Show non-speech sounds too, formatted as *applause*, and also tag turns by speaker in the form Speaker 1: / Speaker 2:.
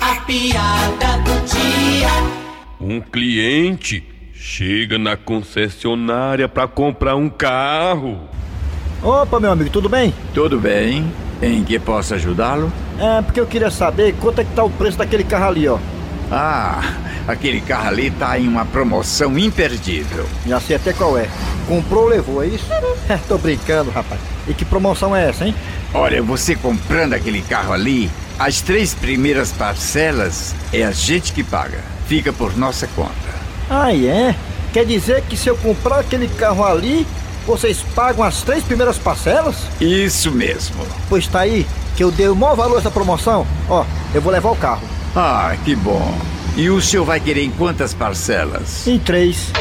Speaker 1: A piada do dia.
Speaker 2: Um cliente chega na concessionária para comprar um carro.
Speaker 3: Opa, meu amigo, tudo bem?
Speaker 4: Tudo bem? Em que posso ajudá-lo?
Speaker 3: É, porque eu queria saber quanto é que tá o preço daquele carro ali, ó.
Speaker 4: Ah, aquele carro ali tá em uma promoção imperdível.
Speaker 3: Já sei até qual é. Comprou, levou, é isso? *laughs* Tô brincando, rapaz. E que promoção é essa, hein?
Speaker 4: Olha, você comprando aquele carro ali, as três primeiras parcelas é a gente que paga. Fica por nossa conta.
Speaker 3: Ah, é? Quer dizer que se eu comprar aquele carro ali, vocês pagam as três primeiras parcelas?
Speaker 4: Isso mesmo.
Speaker 3: Pois tá aí, que eu dei o maior valor a essa promoção. Ó, eu vou levar o carro.
Speaker 4: Ah, que bom. E o senhor vai querer em quantas parcelas?
Speaker 3: Em três.